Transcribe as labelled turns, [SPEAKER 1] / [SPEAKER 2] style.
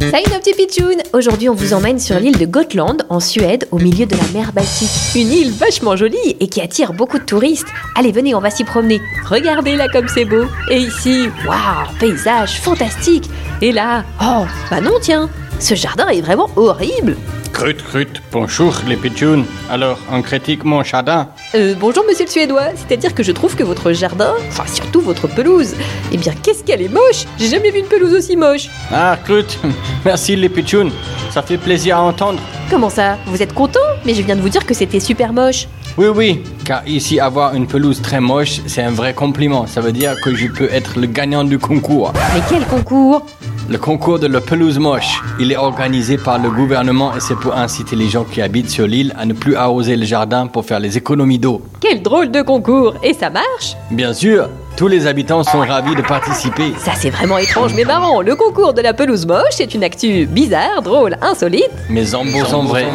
[SPEAKER 1] Salut nos petits pitchouns Aujourd'hui on vous emmène sur l'île de Gotland en Suède au milieu de la mer Baltique. Une île vachement jolie et qui attire beaucoup de touristes. Allez venez on va s'y promener. Regardez là comme c'est beau. Et ici, waouh, paysage fantastique. Et là, oh, bah non tiens, ce jardin est vraiment horrible.
[SPEAKER 2] Crut, crut, bonjour les pitchouns. Alors, on critique mon jardin
[SPEAKER 1] Euh, bonjour monsieur le Suédois, c'est-à-dire que je trouve que votre jardin, enfin surtout votre pelouse, eh bien qu'est-ce qu'elle est moche J'ai jamais vu une pelouse aussi moche
[SPEAKER 2] Ah, Crut, merci les pitchouns. Ça fait plaisir à entendre.
[SPEAKER 1] Comment ça Vous êtes content Mais je viens de vous dire que c'était super moche.
[SPEAKER 2] Oui, oui, car ici, avoir une pelouse très moche, c'est un vrai compliment. Ça veut dire que je peux être le gagnant du concours.
[SPEAKER 1] Mais quel concours
[SPEAKER 2] Le concours de la pelouse moche. Il est organisé par le gouvernement et c'est pour inciter les gens qui habitent sur l'île à ne plus arroser le jardin pour faire les économies d'eau.
[SPEAKER 1] Quel drôle de concours Et ça marche
[SPEAKER 2] Bien sûr, tous les habitants sont ravis de participer.
[SPEAKER 1] Ça c'est vraiment étrange mais marrant. Le concours de la pelouse moche est une actu bizarre, drôle, insolite.
[SPEAKER 2] Mes embos sont vrais.